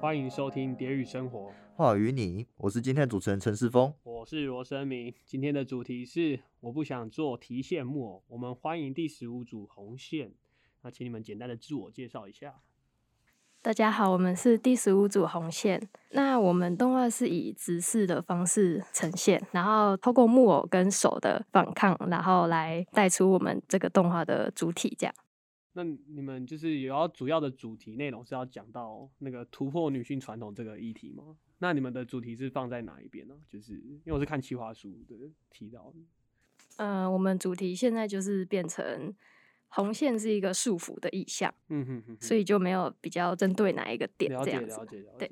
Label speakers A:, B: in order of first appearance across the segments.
A: 欢迎收听《蝶语生活》，
B: 话与你，我是今天的主持人陈世峰。
A: 我是罗生明。今天的主题是我不想做提线木偶，我们欢迎第十五组红线。那请你们简单的自我介绍一下。
C: 大家好，我们是第十五组红线。那我们动画是以直视的方式呈现，然后透过木偶跟手的反抗，然后来带出我们这个动画的主体。这样，
A: 那你们就是有要主要的主题内容是要讲到那个突破女性传统这个议题吗？那你们的主题是放在哪一边呢、就是因为我是看企划书的提到的，
C: 呃，我们主题现在就是变成红线是一个束缚的意象，
A: 嗯哼哼哼，
C: 所以就没有比较针对哪一个点
A: 了
C: 这
A: 解
C: 样
A: 了
C: 子。
A: 解了解
C: 对。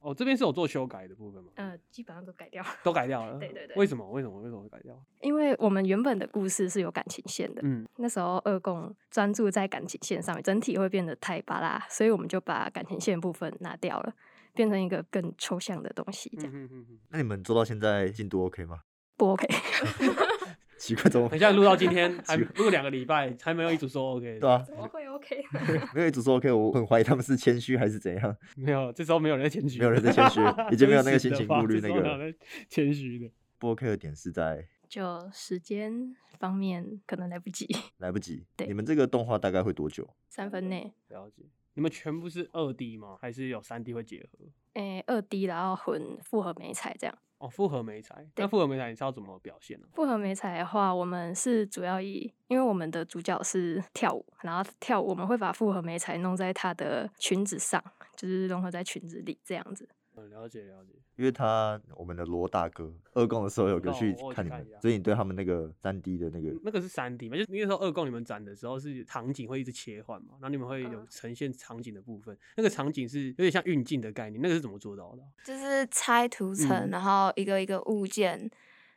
A: 哦，这边是有做修改的部分吗？
C: 呃，基本上都改掉了，
A: 都改掉了。
C: 对对对
A: 为什么？为什么？为什么会改掉？
C: 因为我们原本的故事是有感情线的，
A: 嗯，
C: 那时候二供专注在感情线上面，整体会变得太巴拉，所以我们就把感情线部分拿掉了，变成一个更抽象的东西，这样、
A: 嗯哼哼哼
B: 那你们做到现在进度 OK 吗？
C: 不 OK？
B: 奇怪，怎么
A: 很像录到今天，还
B: 奇
A: 录了两个礼拜，还没有一组说 OK。
B: 对啊？
C: 怎么会 OK？
B: 没有一组说 OK，我很怀疑他们是谦虚还是怎样。
A: 没有，这时候没有人在谦虚，
B: 没有人在谦虚已经没有那个心情顾虑
A: 真
B: 那
A: 实 的话这时候
B: 个
A: 没有人在谦虚的。
B: 不 OK 的点是在
C: 就时间方面可能来不及，
B: 来不及。
C: 对
B: 你们这个动画大概会多久？
C: 三分内，
A: 了解，你们全部是二 D 吗？还是有三 D 会结合？
C: 诶、二 D 然后混复合美彩这样。
A: 哦，复合媒材，
C: 对
A: 那复合媒材你是要怎么表现呢、
C: 复合美彩的话，我们是主要以，因为我们的主角是跳舞，然后跳舞我们会把复合美彩弄在她的裙子上，就是融合在裙子里这样子。
A: 嗯，了解了解。
B: 因为他我们的罗大哥二公的时候有
A: 知道
B: 有去
A: 我有去
B: 看你
A: 看
B: 们
A: 一下，嗯
B: 所以你对他们那个三 D 的那个
A: 那个是三 D 嘛？就是那时候二供你们展的时候是场景会一直切换嘛，然后你们会有
C: 嗯
A: 呈现场景的部分，那个场景是有点像运镜的概念，那个是怎么做到的啊？
D: 就是拆图层，
A: 嗯
D: 然后一个一个物件，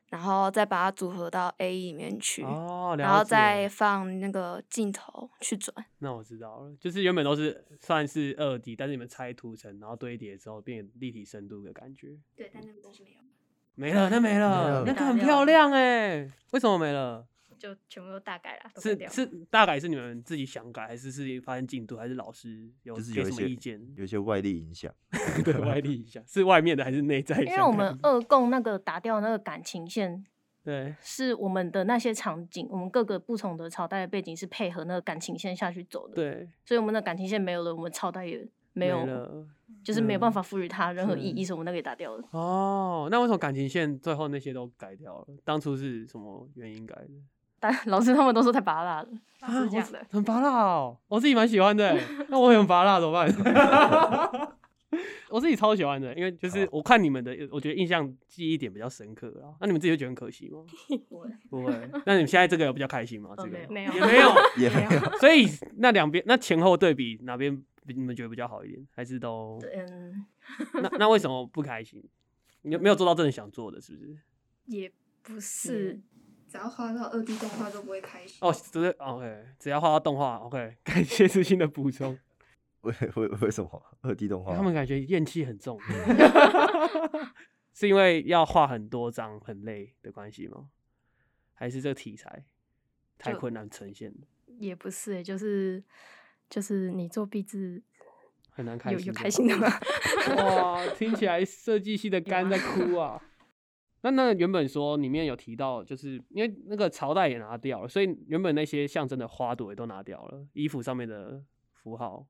D: 然后再把它组合到 A 里面去，
A: 哦，
D: 然后
A: 了解
D: 再放那个镜头去转。
A: 那我知道了，就是原本都是算是二 D，但是你们拆图层，然后堆叠之后变立体深度的感觉。
D: 对，但那个东西没有。
A: 没了，那没了，
B: 了
A: 那个很
C: 打掉
A: 漂
C: 了
A: 亮哎、为什么没了？
C: 就全部都大概啦，都改
A: 是
C: 掉
A: 是大概是你们自己想改，还是是发现进度，还是老师有
B: 就是
A: 给
B: 有
A: 什
B: 一
A: 么
B: 些
A: 意见？
B: 有一些外力影响。
A: 对外力一下，是外面的还是内在想改？
E: 因为我们二供那个打掉那个感情线，
A: 对
E: 是我们的那些场景，我们各个不同的朝代的背景是配合那个感情线下去走的。，
A: 对
E: 所以我们的感情线没有了，我们朝代也没有，
A: 了
E: 就是没有办
A: 嗯
E: 法赋予它任何意义，
A: 是
E: 所以我们那个也打掉了。
A: 哦。那为什么感情线最后那些都改掉了？当初是什么原因改的？
E: 但 老师他们都说太拔辣了，
A: 啊，
E: 是这
A: 我
E: 样的。
A: 很拔辣哦，我自己蛮喜欢的欸。那我也很拔辣怎么办？ 我自己超喜欢的，因为就是
B: 好
A: 我看你们的，我觉得印象记忆点比较深刻啊。那你们自己会觉得很可惜 吗？不会。那你们现在这个有比较开心吗？
E: 呃
A: 这个
C: 哦没有
A: 也没 有。
B: 也没有，
A: 所以那两边那前后对比哪边比你们觉得比较好一点？还是都？
E: 嗯，
A: 那那为什么不开心？你没有做到真的想做的，是不是？
C: 也不是，
D: 只要画到二 D 动画都不会开心
A: 哦，只是 OK，只要画到动画 OK，感谢 知心的补充。
B: 为为为什么二 D 动画？
A: 他们感觉怨气很重，
C: 嗯
A: 是因为要画很多张很累的关系吗？还是这个题材太
C: 就
A: 困难呈现，
C: 也不是、欸，就是就是你做壁纸
A: 很难开
C: 有
A: 心？？
C: 有开心的吗？
A: 哇，听起来设计系的肝在哭 啊！那那原本说里面有提到，就是因为那个朝代也拿掉了，所以原本那些象征的花朵也都拿掉了，衣服上面的符号。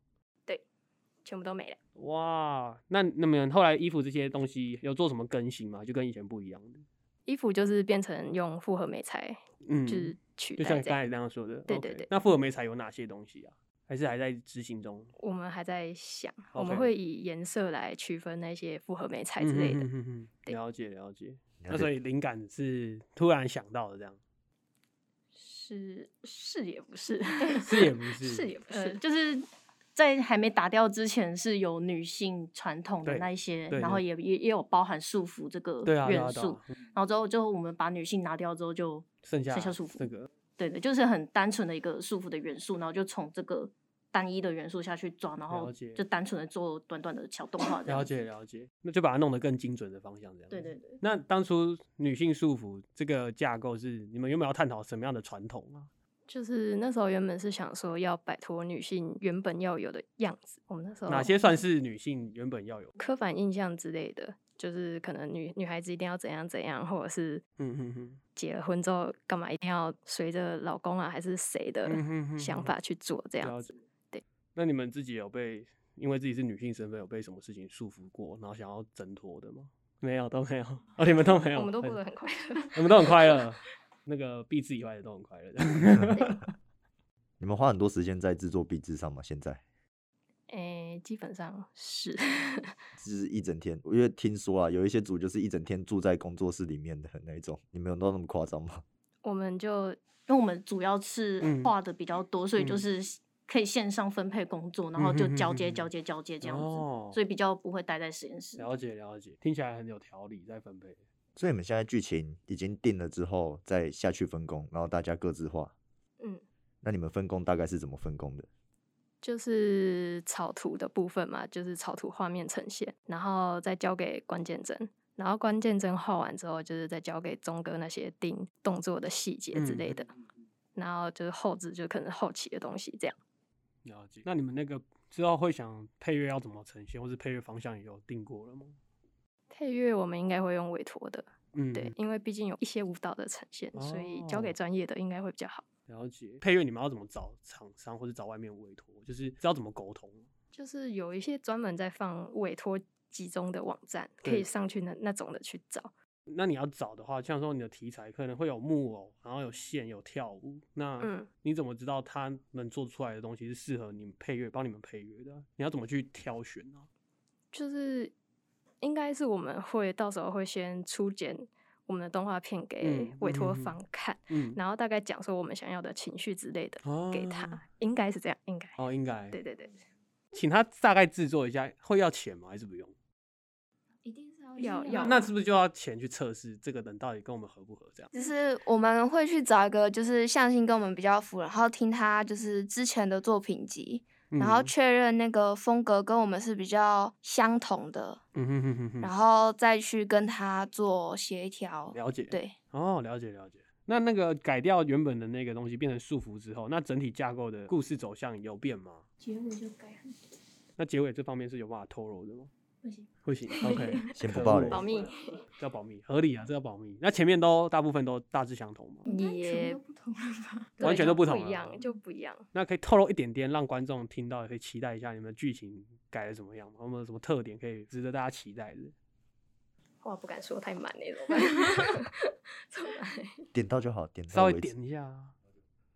C: 全部都没了。
A: 哇，那你们后来衣服这些东西有做什么更新吗？就跟以前不一样的？
C: 衣服就是变成用复合美材，
A: 嗯，
C: 就是取
A: 就像刚
C: 代这样。
A: 才那样说的，
C: 对
A: OK
C: 对对
A: 那复合媒材有哪些东西啊？还是还在执行中
C: 我们还在想我们
A: OK
C: 会以颜色来区分那些复合美材之类
A: 嗯
C: 的。
A: 哼哼哼哼
C: 对
A: 了解了解。
B: 了
A: 那所
B: 解
A: 以灵感是突然想到的，这样
E: 是是也 不是，
A: 是也不是？
C: 是也不
E: 呃，
C: 是，
E: 就是在还没打掉之前是有女性传统的
A: 对
E: 那一些，
A: 对
E: 然后
A: 对
E: 也也也有包含束缚这个
A: 对啊，对啊
E: 元
A: 对
E: 素，
A: 啊
E: 然后之后就我们把女性拿掉之后就
A: 剩下
E: 剩下束缚
A: 这个
E: 对的，就是很单纯的一个束缚的元素，然后就从这个单一的元素下去抓，然后
A: 了解
E: 就单纯的做短短的小动画这样
A: 了
E: 子。
A: 解了解，那就把它弄得更精准的方向这样。
E: 对对。对，
A: 那当初女性束缚这个架构是你们有没有要探讨什么样的传统啊？
C: 就是那时候原本是想说要摆脱女性原本要有的样子，我们那时候
A: 哪些算是女性原本要有？
C: 刻板印象之类的，就是可能女女孩子一定要怎样怎样，或者是
A: 嗯哼哼
C: 结了婚之后干嘛一定要随着老公啊还是谁的
A: 嗯哼哼
C: 想
A: 哼
C: 法去做这样
A: 了
C: 子
A: 解。
C: 对，
A: 那你们自己有被因为自己是女性身份有被什么事情束缚过，然后想要挣脱的吗？没有，都没有。 哦，你们都没有，
C: 我们都过
A: 很
C: 得很快乐。
A: 你们都很快乐。那个壁纸以外的都很快 乐。
B: 你们花很多时间在制作壁纸上吗？现在
C: 诶、基本上 是
B: 就是一整天，因为听说啊，有一些组就是一整天住在工作室里面的那一种，你们有到那么夸张吗？
C: 我们就
E: 因为我们主要是
A: 嗯
E: 画的比较多，所以就
A: 嗯
E: 是可以线上分配工作，然后
A: 嗯
E: 就
A: 哼哼
E: 交
A: 哼
E: 接、
A: 哼
E: 交接、交接这样子，
A: 哦
E: 所以比较不会待在实验室。
A: 了解了解，听起来很有条理，在分配。
B: 所以你们现在剧情已经定了之后，再下去分工，然后大家各自画。
C: 嗯，
B: 那你们分工大概是怎么分工的？
C: 就是草图的部分嘛，就是草图画面呈现，然后再交给关键帧，然后关键帧画完之后，就是再交给钟哥那些定动作的细节之
A: 嗯
C: 类的，然后就是后置就可能后期的东西这样。
A: 了解。那你们那个之后会想配乐要怎么呈现，或是配乐方向也有定过了吗？
C: 配乐我们应该会用委托的，
A: 嗯，
C: 对，，因为毕竟有一些舞蹈的呈现，所以交
A: 哦
C: 给专业的应该会比较好。
A: 了解。配乐你们要怎么找厂商或者找外面委托，就是知道怎么沟通。
C: 就是有一些专门在放委托集中的网站，可
A: 对
C: 以上去那那种的去找。
A: 那你要找的话，像说你的题材可能会有木偶，然后有线，有跳舞。那
C: 嗯
A: 你怎么知道他们做出来的东西是适合你们配乐，帮你们配乐的啊？你要怎么去挑选呢、
C: 就是应该是我们会到时候会先初剪我们的动画片给
A: 嗯
C: 委托
A: 嗯哼哼
C: 方看，
A: 嗯，
C: 然后大概讲说我们想要的情绪之类的、给
A: 啊
C: 他，应该是这样，应该。
A: 哦，应该
C: 对对对，
A: 请他大概制作一下，会要钱吗？还是不用？
D: 一定是要
C: 要
D: 先
C: 要
A: 那是不是就要钱去测试这个人到底跟我们合不合？这样
D: 就是我们会去找一个就是相信跟我们比较符，然后听他就是之前的作品集，然后
A: 嗯
D: 确认那个风格跟我们是比较相同的，
A: 嗯哼哼哼哼，
D: 然后再去跟他做协调。
A: 了解，，
D: 对，
A: 哦，了解了解。那那个改掉原本的那个东西变成束缚之后，那整体架构的故事走向有变吗？
F: 结尾就改很多，
A: 那结尾这方面是有办法透露的吗？
F: 不行，
A: 不行，OK，
B: 先不
A: 可
B: 爆
A: 恶
B: 雷
C: 保密，
A: 要保密，合理啊，这要保密。那前面都大部分都大致相同嘛，
F: 应该全
E: 也
F: 部都不同了吧？
A: 完
C: 对
A: 全
C: 就
A: 都不
C: 不
A: 同
C: 一
A: 了
C: 样，就不一样。
A: 那可以透露一点点，让观众听到也可以期待一下你们剧情改的怎么样吗？有没有什么特点可以值得大家期待的？
C: 话不敢说太满那种，怎么办
B: 点到就好，点到
A: 稍微
B: 为止
A: 点一下啊，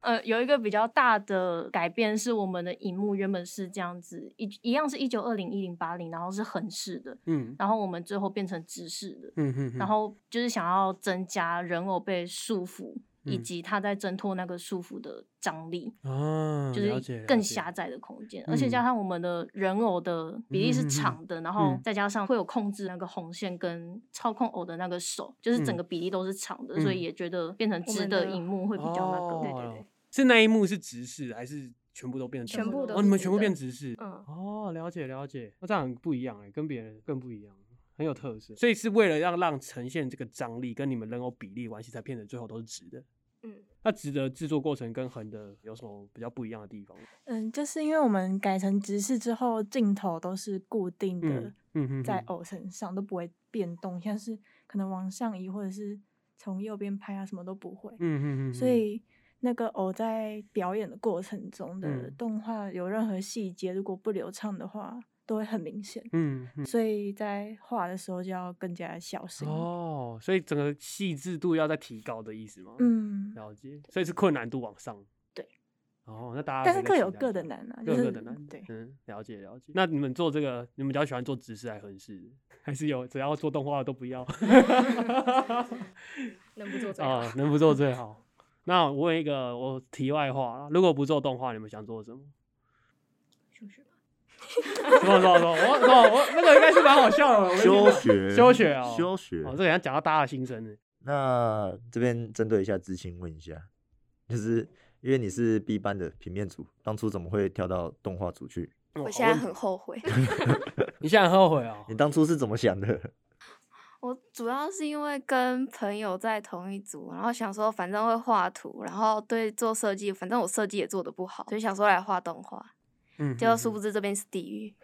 E: 呃，有一个比较大的改变是，我们的荧幕原本是这样子，一一样是一九二零一零八零，然后是横式的，
A: 嗯
E: 然后我们最后变成直视的，
A: 嗯哼哼，
E: 然后就是想要增加人偶被束缚，以
A: 嗯
E: 及他在挣脱那个束缚的张力，
A: 啊，
E: 就
A: 了解
E: 是
A: 了
E: 更
A: 解
E: 狭窄的空间，而且加
A: 嗯
E: 上我们的人偶的比
A: 嗯
E: 例
A: 嗯嗯
E: 是
A: 嗯
E: 长的，然后
A: 嗯
E: 再加上会有控制那个红线跟操控偶的那个手，就是整
A: 嗯
E: 个比例都是长的，所
A: 嗯
E: 以也觉得变成
C: 我
E: 直
C: 们
E: 的
C: 的
E: 荧幕会比较那个。
A: 哦
C: 对对对，
A: 是那一幕是直视还是全部都变成
C: 全部都
A: 哦，
C: 是
A: 你们
C: 直
A: 全部
C: 的
A: 变直视，
C: 嗯，
A: 哦，了解了解，那这样很不一样哎、跟别人更不一样，很有特色。所以是为了要让呈现这个张力跟你们人偶比例关系，才变成最后都是直的。
C: 嗯，
A: 那直的制作过程跟横的有什么比较不一样的地方？
G: 嗯，就是因为我们改成直视之后，镜头都是固定的，
A: 嗯嗯哼
G: 在
A: 哼
G: 偶身上都不会变动，像是可能往上移或者是从右边拍啊，什么都不会。
A: 嗯嗯嗯，
G: 所以那个偶在表演的过程中的
A: 嗯
G: 动画有任何细节如果不流畅的话，都会很明显。
A: 嗯嗯
G: 所以在画的时候就要更加小心。
A: 哦，所以整个细致度要再提高的意思吗？，
G: 嗯，
A: 了解。所以是困难度往上。
E: 对。
A: 哦，那大家
G: 但
A: 可以再
G: 是各
A: 期
G: 有
A: 待
G: 各
A: 一
G: 的
A: 下
G: 难啊
A: 各
G: 就
A: 有
G: 是
A: 各的难。
G: 对
A: 嗯，了解了解。那你们做这个，你们比较喜欢做直视还是横视？ 还是有只要做动画的都不要？
C: 能不做最好。
A: 啊，能不做最好。那我问一个，我题外话啦，如果不做动画，你们想做什么？
F: 数学吧，
A: 什么什么什么？我什么我那个应该是蛮好笑的。我没听
B: 休
A: 过
B: 学，
A: 休学哦
B: 休学
A: 哦，这。个要讲到大家的心声呢。
B: 那这边针对一下知青问一下，就是因为你是 B 班的平面组，当初怎么会跳到动画组去？
A: 哦
D: 我
A: 好
D: 现在
A: 问
D: 很后悔。
A: 你现在很后悔哦
B: 你。当初是怎么想的？
D: 我主要是因为跟朋友在同一组，然后想说反正会画图，然后对做设计，反正我设计也做的不好，所以想说来画动画，
A: 嗯
D: 结果殊不知这边是地狱。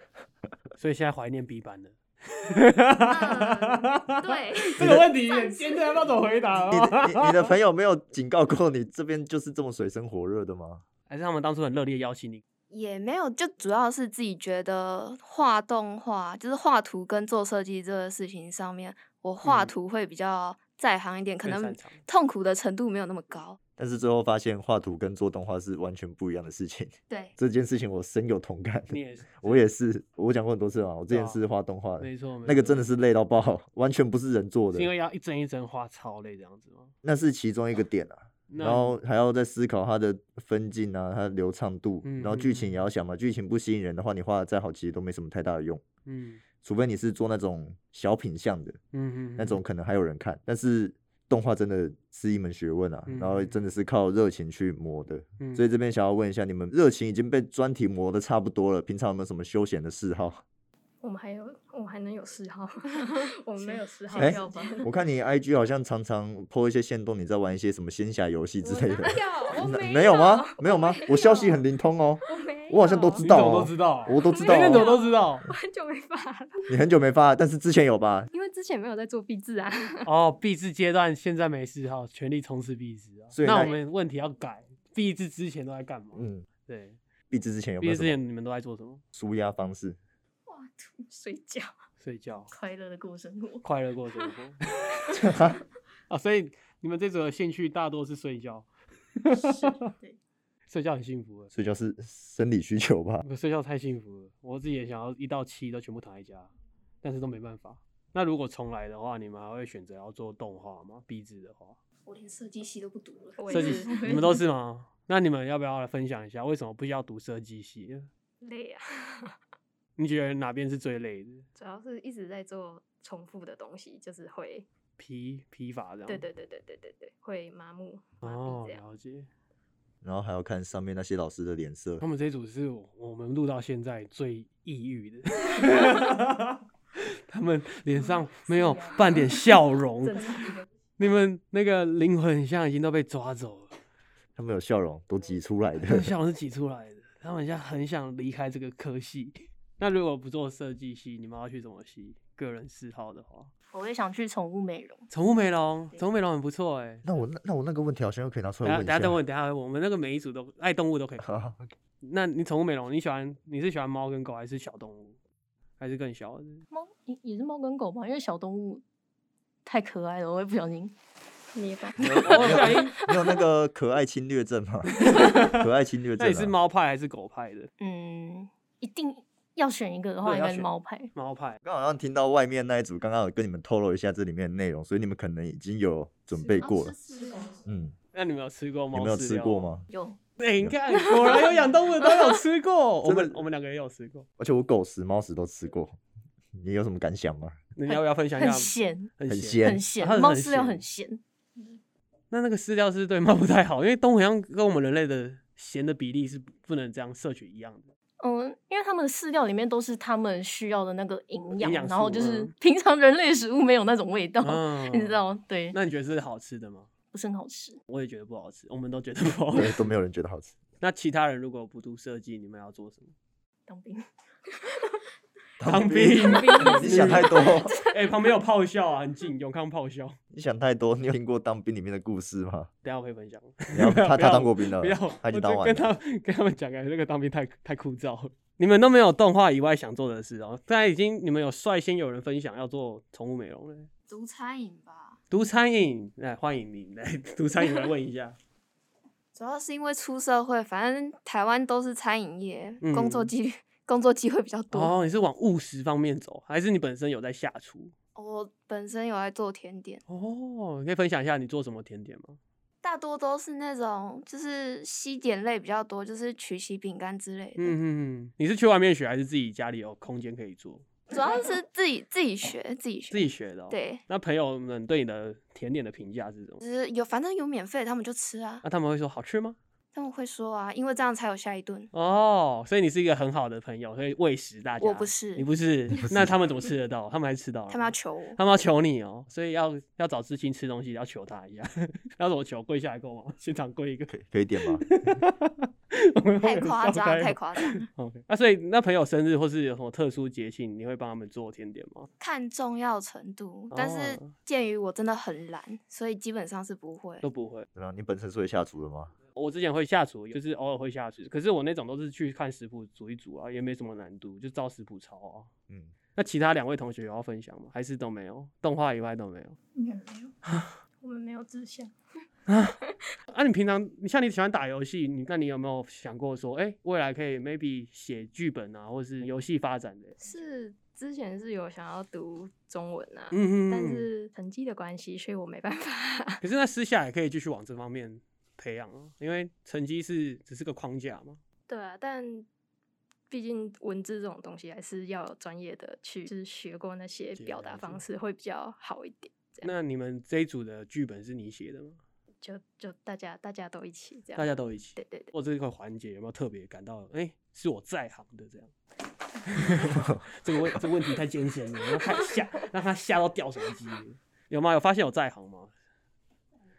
A: 所以现在怀念 B 班的。
D: 嗯 对
A: 这个问题很尖，要不知道怎么回答
B: 你的
A: 哦。
B: 你你的朋友没有警告过你，这边就是这么水深火热的吗？
A: 还是他们当初很热烈邀请你？
D: 也没有，就主要是自己觉得画动画，就是画图跟做设计这个事情上面，我画
A: 嗯
D: 图会比较在行一点，可
A: 更
D: 能
A: 擅长
D: 痛苦的程度没有那么高。
B: 但是最后发现画图跟做动画是完全不一样的事情，
D: 对，
B: 这件事情我深有同感。
A: 你也是，
B: 我也是，我讲过很多次嘛，我之
A: 对啊
B: 前是画动画的，
A: 没错，没
B: 那个
A: 错
B: 真的是累到爆， 完全不是人做的
A: 是，因为要一帧一帧画超累这样子吗？
B: 那是其中一个点啊。
A: 那
B: 然后还要再思考它的分镜啊，它的流畅度，
A: 嗯
B: 然后
A: 嗯
B: 剧情也
A: 嗯
B: 要想嘛，剧情不吸引人的话，你画的再好其实都没什么太大的用，
A: 嗯
B: 除非你是做那种小品相的，
A: 嗯嗯
B: 那种可能还有人看，但是动画真的是一门学问啊，然后
A: 嗯
B: 真的是靠热情去磨的。
A: 嗯
B: 所以这边想要问一下，你们热情已经被专题磨的差不多了，平常有没有什么休闲的嗜好？
C: 我们还有，我们还能有嗜 好？我们没有嗜好
B: 先，
C: 要吧？
B: 我看你 IG 好像常常 po 一些线动，你在玩一些什么仙侠游戏之类的。
C: 有，我
B: 那
C: 没
B: 没有吗？没有吗？我消息很灵通哦，
C: 我没有，
B: 我好像都知
A: 你
B: 道
A: 怎么
B: 哦
A: 都知道，
B: 我都知道
A: 那你怎么
B: 哦。
A: 都知道啊
C: 我很久没发了，
B: 你很久没发，但是之前有吧？
C: 因为之前没有在做壁纸啊。
A: 哦。必制阶段现在没事哈，全力冲刺必制啊。
B: 所以
A: 那
B: 那
A: 我们问题要改，必制之前都在干嘛？
B: 嗯，
A: 对，
B: 毕之之前有没
A: 毕
B: 有
A: 制之
B: 什么
A: 前你们都在做什么？
B: 舒压方式？
F: 画图、睡觉，
A: 睡觉，
F: 快乐的过生活。
A: 快乐过生活。 啊，所以你们这组的兴趣大多是睡觉，
F: 是对，
A: 睡觉很幸福的。
B: 睡觉是生理需求吧？
A: 我睡觉太幸福了，我自己也想要一到七都全部躺在家，但是都没办法。那如果重来的话，你们还会选择要做动画吗？壁纸的话，
F: 我连设计系都不读了。
C: 我
A: 设
C: 也
A: 计
C: 是
A: 系你们都是吗？那你们要不要来分享一下为什么不要读设计系？
C: 累啊，
A: 你觉得哪边是最累的？
C: 主要是一直在做重复的东西，就是会，
A: 批批发
B: 哦
A: 这样？
C: 对对。对对对对对，会麻木麻
A: 哦
C: 痹，这样。
A: 了解。
B: 然后还要看上面那些老师的脸色
A: 他。们这一组是我我们录到现在最抑郁的， 他们脸上没有半点笑容，你们那个灵魂像已经都被抓走了，
B: 他们有笑容都挤出来
A: 那
B: 的
A: 个。笑容是挤出来的，他们现在很想离开这个科系。 那如果不做设计系，你们要去什么系？个人嗜好的话，
E: 我也想去宠物美容，
A: 宠物美容，宠物美容很不错 哎、
B: 那我那那我那个问题好像又可以拿出
A: 等
B: 来
A: 下
B: 问
A: 等
B: 一
A: 下
B: 下。
A: 等我，等下我们那个每一组都爱动物都可以。
B: 好，
A: 那你宠物美容，你喜欢你是喜欢猫跟狗还是小动物，还是更小的？
E: 猫也也是猫跟狗嘛，因为小动物太可爱了，我也不小心。
C: 你也懂，
A: 我不小心
B: 你有那个可爱侵略症吗？可爱侵略
A: 那
B: 症、啊。
A: 你是？猫派还是狗派的？
E: 嗯，一定要选一个的话，
A: 对
E: 应
A: 要
E: 该是
A: 选
E: 猫派。
A: 猫派，
B: 刚好像听到外面那一组刚刚有跟你们透露一下这里面的内容，所以你们可能已经有准
C: 哦
B: 备过了。嗯，
A: 那你们有吃过
B: 你
A: 猫？
B: 们有吃过？吗？
E: 有
A: 哎、你看，果然有养动物的都有吃 过。我
B: 真的
A: 们我们两个也有吃过。
B: 而且我狗食、猫食都吃过，你有什么感想吗？
A: 你要不要分享一
E: 很
A: 下？
E: 咸，
A: 很
B: 很
A: 咸。
B: 咸
E: 很咸
A: 它，是
E: 猫
A: 很
E: 饲料很
A: 咸
E: 咸。
A: 那那个饲料是对猫不太好，因为动物好像跟我们人类的咸的比例是不能这样摄取一样的。
E: 嗯，因为他们的饲料里面都是他们需要的那个营养，
A: 养
E: 然后
A: 素
E: 就是
A: 嗯
E: 平常人类食物没有那种味道，
A: 嗯
E: 哦 你知？道？对，
A: 那你觉得是好吃的吗？
E: 不是很好吃。
A: 我也觉得不好吃，我们都觉得不 好
B: 对，
A: 吃。
B: 都没有人觉得好吃。
A: 那其他人如果不读设计，你们要做什么？
E: 当兵，
A: 当兵
E: 当兵
B: 你想太 多，
A: 哎、旁边有炮校啊，很近，永康炮校。
B: 你想太多。你有听过当兵里面的故事吗？
A: 等一下我可以分享。
B: 你要
A: 不要
B: 他
A: 不要
B: 他当过兵 了
A: 不要，，
B: 呃他
A: 我
B: 已经当
A: 就
B: 完
A: 跟
B: 了。
A: 他跟他们 讲，感觉那个当兵太太枯燥了。你们都没有动画以外想做的事哦、大家已经你们有率先有人分享要做宠物美容了。
D: 读餐饮吧，
A: 读餐饮，来欢迎你来 读餐饮来问一下。
D: 主要是因为出社会，反正台湾都是餐饮业，工作
A: 嗯
D: 机 工作机会比较多。
A: 哦，你是往务实方面走，还是你本身有在下厨？
D: 我本身有在做甜点，
A: 哦，你可以分享一下你做什么甜点吗？
D: 大多都是那种就是西点类比较多，就是曲奇饼干之类的。
A: 嗯嗯，你是去外面学，还是自己家里有空间可以做？
D: 主要是自己自己学，自己学，
A: 自己学的、哦。。
D: 对，
A: 那朋友们对你的甜点的评价是什么
D: 嗯就？是有反正有免费的他们就吃啊
A: 那、。他们会说好吃吗？
D: 但我会说啊，因为这样才有下一顿。
A: 哦，所以你是一个很好的朋友，所以喂食大家。
D: 我不是
A: 你不是，那他们怎么吃得到？他们还是吃到了。
D: 他们要 求我，
A: 他们要求你哦，所以要要找志清吃东西，要求他一下， 要怎么求？跪下来够吗？现场跪一个，
B: 可以可以点吗？
D: 太夸张，太夸 张。
A: OK，那、所以那朋友生日或是有什么特殊节庆，你会帮他们做甜点吗？
D: 看重要程度，但是
A: 哦
D: 鉴于我真的很懒，所以基本上是不会。
A: 都不会。
B: 对啊，你本身是会下厨的吗？
A: 我之前会下厨，就是偶尔会下厨，可是我那种都是去看食谱煮一煮啊，也没什么难度，就照食谱抄啊。
B: 嗯，
A: 那其他两位同学有要分享吗？还是都没有？动画以外都没有？
F: 应该没有，我们没有志向。
A: 啊，你平常你像你喜欢打游戏，你那你有没有想过说，哎、未来可以 maybe 写剧本啊，或是游戏发展的？
C: 是之前是有想要读中文啊，
A: 嗯
C: 但是成绩的关系，所以我没办法。
A: 可是那私下也可以继续往这方面培养啊，因为成绩是只是个框架嘛。
C: 对啊，但毕竟文字这种东西还是要有专业的去，就是学过那些
A: 解
C: 表
A: 了
C: 达
A: 解
C: 方式会比较好一点。这样
A: 那你们这一组的剧本是你写的吗？
C: 就就大家大家都一起这样，
A: 大家都一起。
C: 对对对，
A: 或这个环节有没有特别感到，哎、是我在行的这样？ 这个问这个问题太艰险了，让他吓让他吓到掉手机了。有吗？有发现有在行吗？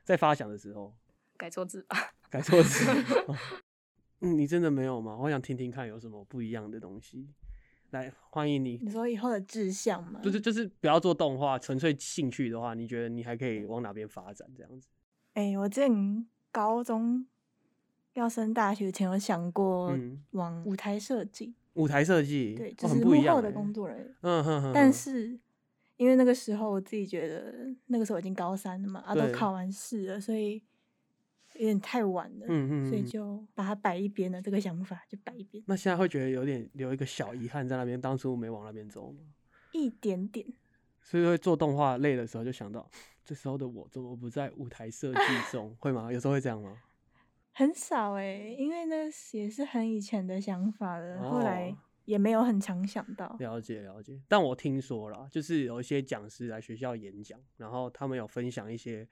A: 在发想的时候
C: 改错字吧。
A: 改错 字、哦嗯，你真的没有吗？我想听听看有什么不一样的东西。来，欢迎你
G: 你说以后的志向吗？
A: 就是就是不要做动画，纯粹兴趣的话，你觉得你还可以往哪边发展这样子？
G: 哎、我之前高中要升大学前有想过
A: 嗯
G: 往舞台设计，
A: 舞台设计，
G: 对，
A: 哦
G: 就
A: 很
G: 是
A: 不一
G: 幕
A: 样、
G: 后
A: 欸、
G: 的工作人员。
A: 嗯哼哼，
G: 但
A: 哼
G: 是因为那个时候我自己觉得，那个时候已经高三了嘛，啊，
A: 对
G: 都考完试了，所以有点太晚了，
A: 嗯嗯
G: 所以
A: 嗯
G: 就把它摆一边了。这个想法就摆一边，
A: 那现在会觉得有点留一个小遗憾在那边，当初没往那边走吗？
G: 一点点。
A: 所以会做动画累的时候就想到， 这时候的我怎么不在舞台设计中？ 会吗？有时候会这样吗？
G: 很少哎、因为那也是很以前的想法了，后来
A: 哦
G: 也没有很常想到。
A: 了解了解，但我听说啦，就是有一些讲师来学校演讲，然后他们有分享一些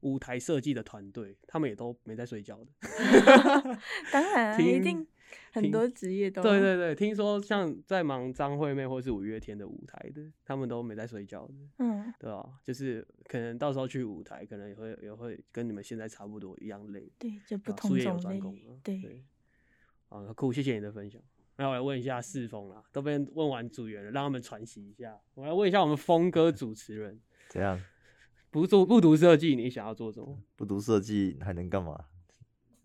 A: 舞台设计的团队，他们也都没在睡觉的。
G: 当然、 啊，一
A: 听
G: 定很
A: 听
G: 多职业都
A: 对对对，听说像在忙张惠妹或是五月天的舞台的，他们都没在睡觉的。
G: 嗯，
A: 对啊，就是可能到时候去舞台，可能也会也会跟你们现在差不多一样累。
G: 对，就不
A: 啊
G: 同
A: 术业有
G: 种
A: 专
G: 类
A: 攻啊。
G: 对，
A: 啊，好酷，谢谢你的分享。那我来问一下世峰啦，都被问完组员了，让他们喘息一下。我来问一下我们峰哥主持人，
B: 怎样？
A: 不做不读设计，你想要做什么？
B: 不读设计还能干嘛？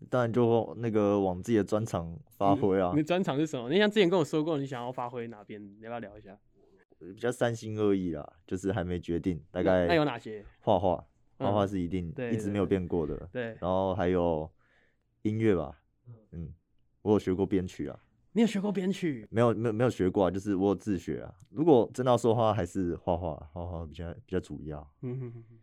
B: 当然就往那个往自己的专长发
A: 你
B: 挥啊
A: 你，的专长是什么？你像之前跟我说过，你想要发挥哪边？你要不要聊一下？
B: 比较三心二意啦，就是还没决定。大
A: 那
B: 概
A: 那有哪些？
B: 画画，画画
A: 嗯
B: 是一定
A: 对
B: 一直
A: 对
B: 没有
A: 对
B: 变过的。
A: 对，
B: 然后还有音乐吧，嗯，我有学过编曲啊，
A: 你有学过编曲？
B: 没有没有没有学过啊，就是我有自学啊。如果真的要说的话，还是画画，画画比较比较主要。
A: 嗯哼哼哼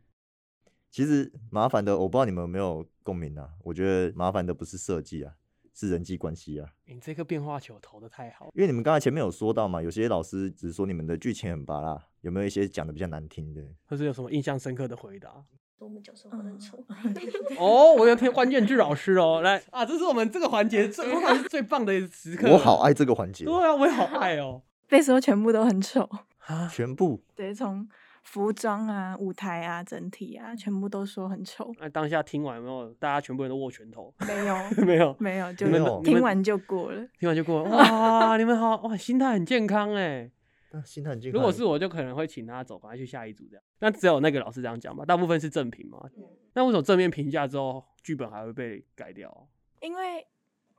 B: 其实麻烦的，我不知道你们有没有共鸣啊。我觉得麻烦的不是设计啊，是人际关系啊。
A: 你这个变化球投的太好。
B: 因为你们刚才前面有说到嘛，有些老师只是说你们的剧情很拔啦，有没有一些讲的比较难听的？
A: 或是有什么印象深刻的回答？
F: 我们讲什么很丑，
A: 哦，我要听关键句老师哦，来啊，这是我们这个环节最我感觉是最棒的时刻。
B: 我好爱哦这个环节，
A: 对啊，我也好爱哦。
G: 被说全部都很丑。
A: 啊，，
B: 全部
G: 对，从服装啊、舞台啊、整体啊，全部都说很丑
A: 那当下听完有没有？大家全部人都握拳头？
G: 没有，
A: 没有，
G: 没有，就
B: 们都
A: 你们
G: 听完就过了。
A: 听完就过了。哇，你们好，哇，心态很健康哎。
B: 那心态很健
A: 如
B: 康。
A: 果是我，就可能会请他走，赶快去下一组这样。那只有那个老师这样讲嘛，大部分是正评嘛。那为什么正面评价之后，剧本还会被改掉啊？
G: 因为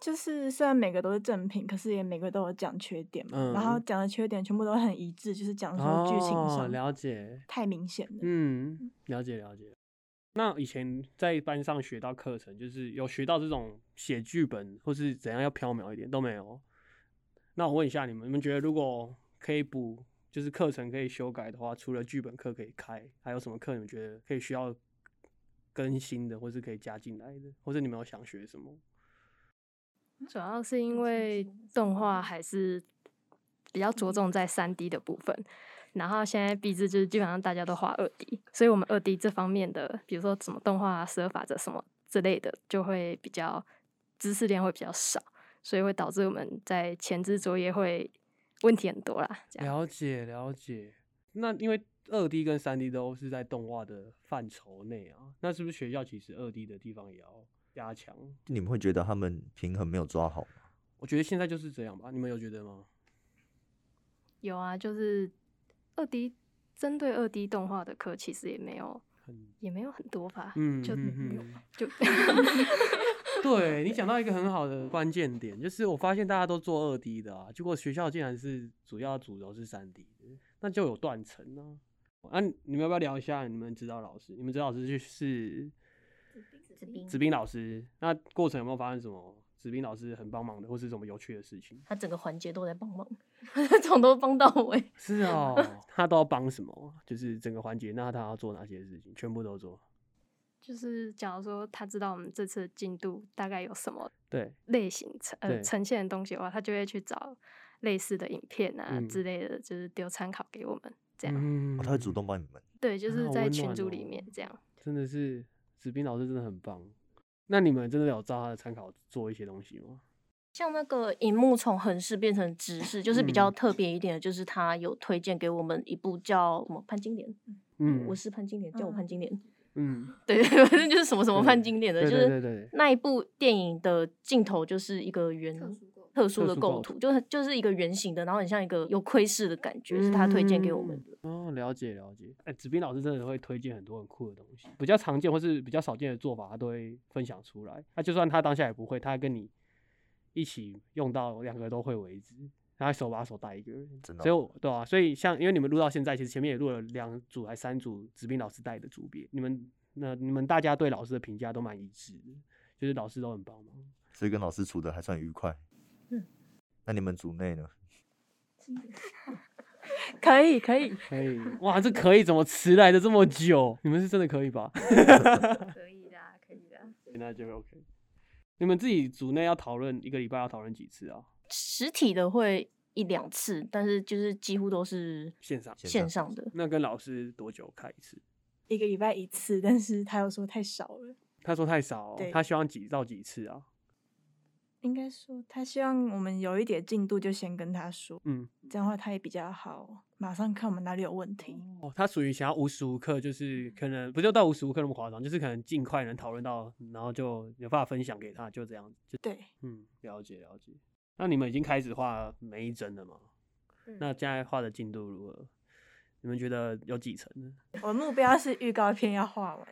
G: 就是虽然每个都是正品，可是也每个都有讲缺点嘛，然后
A: 嗯
G: 讲的缺点全部都很一致，就是讲说剧情
A: 哦，
G: 上、
A: 了解。
G: 太明显了。
A: 嗯，了解了解。那以前在班上学到课程，就是有学到这种写剧本或是怎样要缥缈一点都没有。那我问一下你们，你们觉得如果可以补，就是课程可以修改的话，除了剧本课可以开，还有什么课你们觉得可以需要更新的，或是可以加进来的，或者你们有想学什么？
C: 主要嗯是嗯因为动画还是比较着重在三 D 的部分，然后现在毕制就是基本上大家都画二 D，所以我们二 D 这方面的，比如说什么动画啊、十二法则什么之类的，就会比较知识量会比较少，所以会导致我们在前置作业会问题很多啦。这样，
A: 了解了解。那因为二 D 跟三 D 都是在动画的范畴内啊，那是不是学校其实二 D 的地方也要加强？
B: 你们会觉得他们平衡没有抓好吗？
A: 我觉得现在就是这样吧，你们有觉得吗？
C: 有啊，就是二 D 针对二 D 动画的课其实也没有
A: 很
C: 也没有很多吧，
A: 嗯
C: 就
A: 嗯嗯
C: 就
A: 对你讲到一个很好的关键点，就是我发现大家都做二 D 的啊，结果学校竟然是主要主轴是三 D 的，那就有断层呢。啊，你们要不要聊一下你们指导老师？你们指导老师就是
E: 子斌
A: 子斌老师，那过程有没有发生什么子斌老师很帮忙的，或是什么有趣的事情？
E: 他整个环节都在帮忙， 从头帮到尾。
A: 是哦， 他都要帮什么？就是整个环节，那他要做哪些事情？全部都做。
C: 就是假如说他知道我们这次的进度大概有什么
A: 对，
C: 类型呈
A: 对
C: 呃呈现的东西的话，他就会去找类似的影片啊、
A: 嗯
C: 之类的，就是丢参考给我们。这样、
A: 嗯
B: 哦他会主动帮你们。
C: 对，就
A: 啊
C: 是
A: 好
C: 在
A: 温
C: 群
A: 暖
C: 组里
A: 哦
C: 面这 样。
A: 真的是子斌老师真的很棒。那你们真的有照他的参考做一些东西吗？
E: 像那个荧幕从横式变成直视，就是比较
A: 嗯
E: 特别一点的，就是他有推荐给我们一部叫什么《潘金莲》，
A: 嗯，
E: 我是潘金莲，叫我潘金莲，
A: 嗯，
E: 对， 反正就是什么什么
A: 对
E: 潘金莲的，
A: 对
E: 就
A: 对对
E: 是
A: 对
E: 那一部电影的镜头就是一个
A: 嗯
E: 圆特殊
A: 特
E: 的
A: 殊
E: 构
A: 构
E: 图，就是就是一个圆形的，然后很像一个有窥视的感觉，是他推荐给我们的。
A: 嗯。哦，了解了解。哎、子斌老师真的会推荐很多很酷的东西，比较常见或是比较少见的做法，他都会分享出来。那、就算他当下也不会，他还跟你一起用到两个都会为止，他还手把手带一个人。
B: 真的
A: 所以
B: 哦
A: 我对啊，所以像因为你们录到现在，其实前面也录了两组还三组子斌老师带的组别，你们那你们大家对老师的评价都蛮一致的，就是老师都很 帮忙。
B: 所以跟老师处的还算愉快。
E: 嗯，
B: 那你们组内呢？
E: 可以，可以，
A: 可以哇，这可以怎么迟来的这么久？你们是真的可以吧？
D: 可以的，啊可以的。
A: 那就 OK。你们自己组内要讨论一个礼拜要讨论几次啊？
E: 实体的会一两次，但是就是几乎都是
A: 线上
B: 线
E: 线
B: 上
E: 上的。
A: 那跟老师多久开一次？
G: 一个礼拜一次，但是他又说太少了，
A: 他说太少、哦
G: 对
A: 他希望几到几次啊？
G: 应该说他希望我们有一点进度就先跟他说，
A: 嗯，
G: 这样的话他也比较好，马上看我们哪里有问题。
A: 哦，他属于想要无时无刻，就是可能不就到无时无刻那么夸张，就是可能尽快能讨论到，然后就有办法分享给他，就这样子。就
G: 对，
A: 嗯，了解了解。那你们已经开始画每一帧了吗？那现在画的进度如何？你们觉得有几层呢？
G: 我目标是预告片要画完，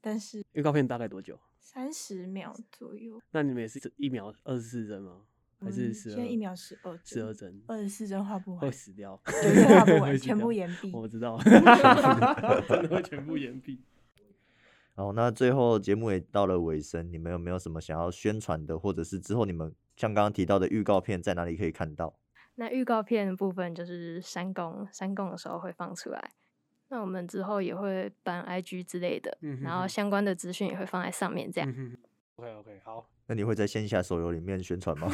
G: 但是
A: 预告片大概多久？
G: 三十秒左右，
A: 那你们也是一秒二十四帧吗？还
G: 我
A: 是
G: 们
A: 十
G: 嗯现
A: 二？
G: 在一秒12
A: 十二
G: 帧
A: 帧，
G: 二十四帧画不
A: 会
G: 完，
A: 死掉，
G: 绝对画不
A: 会
G: 完，
A: 死
G: 全部
A: 掉
G: 延毕。
A: 我知 道，真的会全部延毕。
B: 好，那最后节目也到了尾声，你们有没有什么想要宣传的，或者是之后你们像刚刚提到的预告片在哪里可以看到？
C: 那预告片的部分就是三公三公的时候会放出来，那我们之后也会办 IG 之类的，
A: 嗯哼
C: 然后
A: 哼嗯
C: 相关的资讯也会放在上面这样。
B: 啊
A: OK OK，好，
B: 那你会在线下手游里面宣传吗？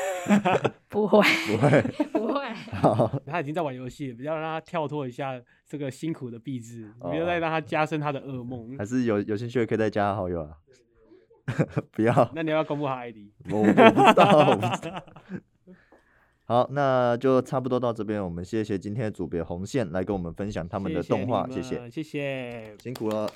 C: 不会，
B: 不会。
C: 不会，
B: 好，
A: 他已经在玩游戏了，不要让他跳脱一下这个辛苦的币制，不要
B: 哦
A: 再让他加深他的噩梦
B: 还。是有有兴趣的可以再加好友啊。不要，
A: 那你要不要公布他 ID，
B: 我我不知道，我不知道。好，那就差不多到这边，我们谢谢今天的组别红线来跟我们分享他
A: 他
B: 们的动画，谢
A: 谢你们，谢谢。
B: 辛苦了。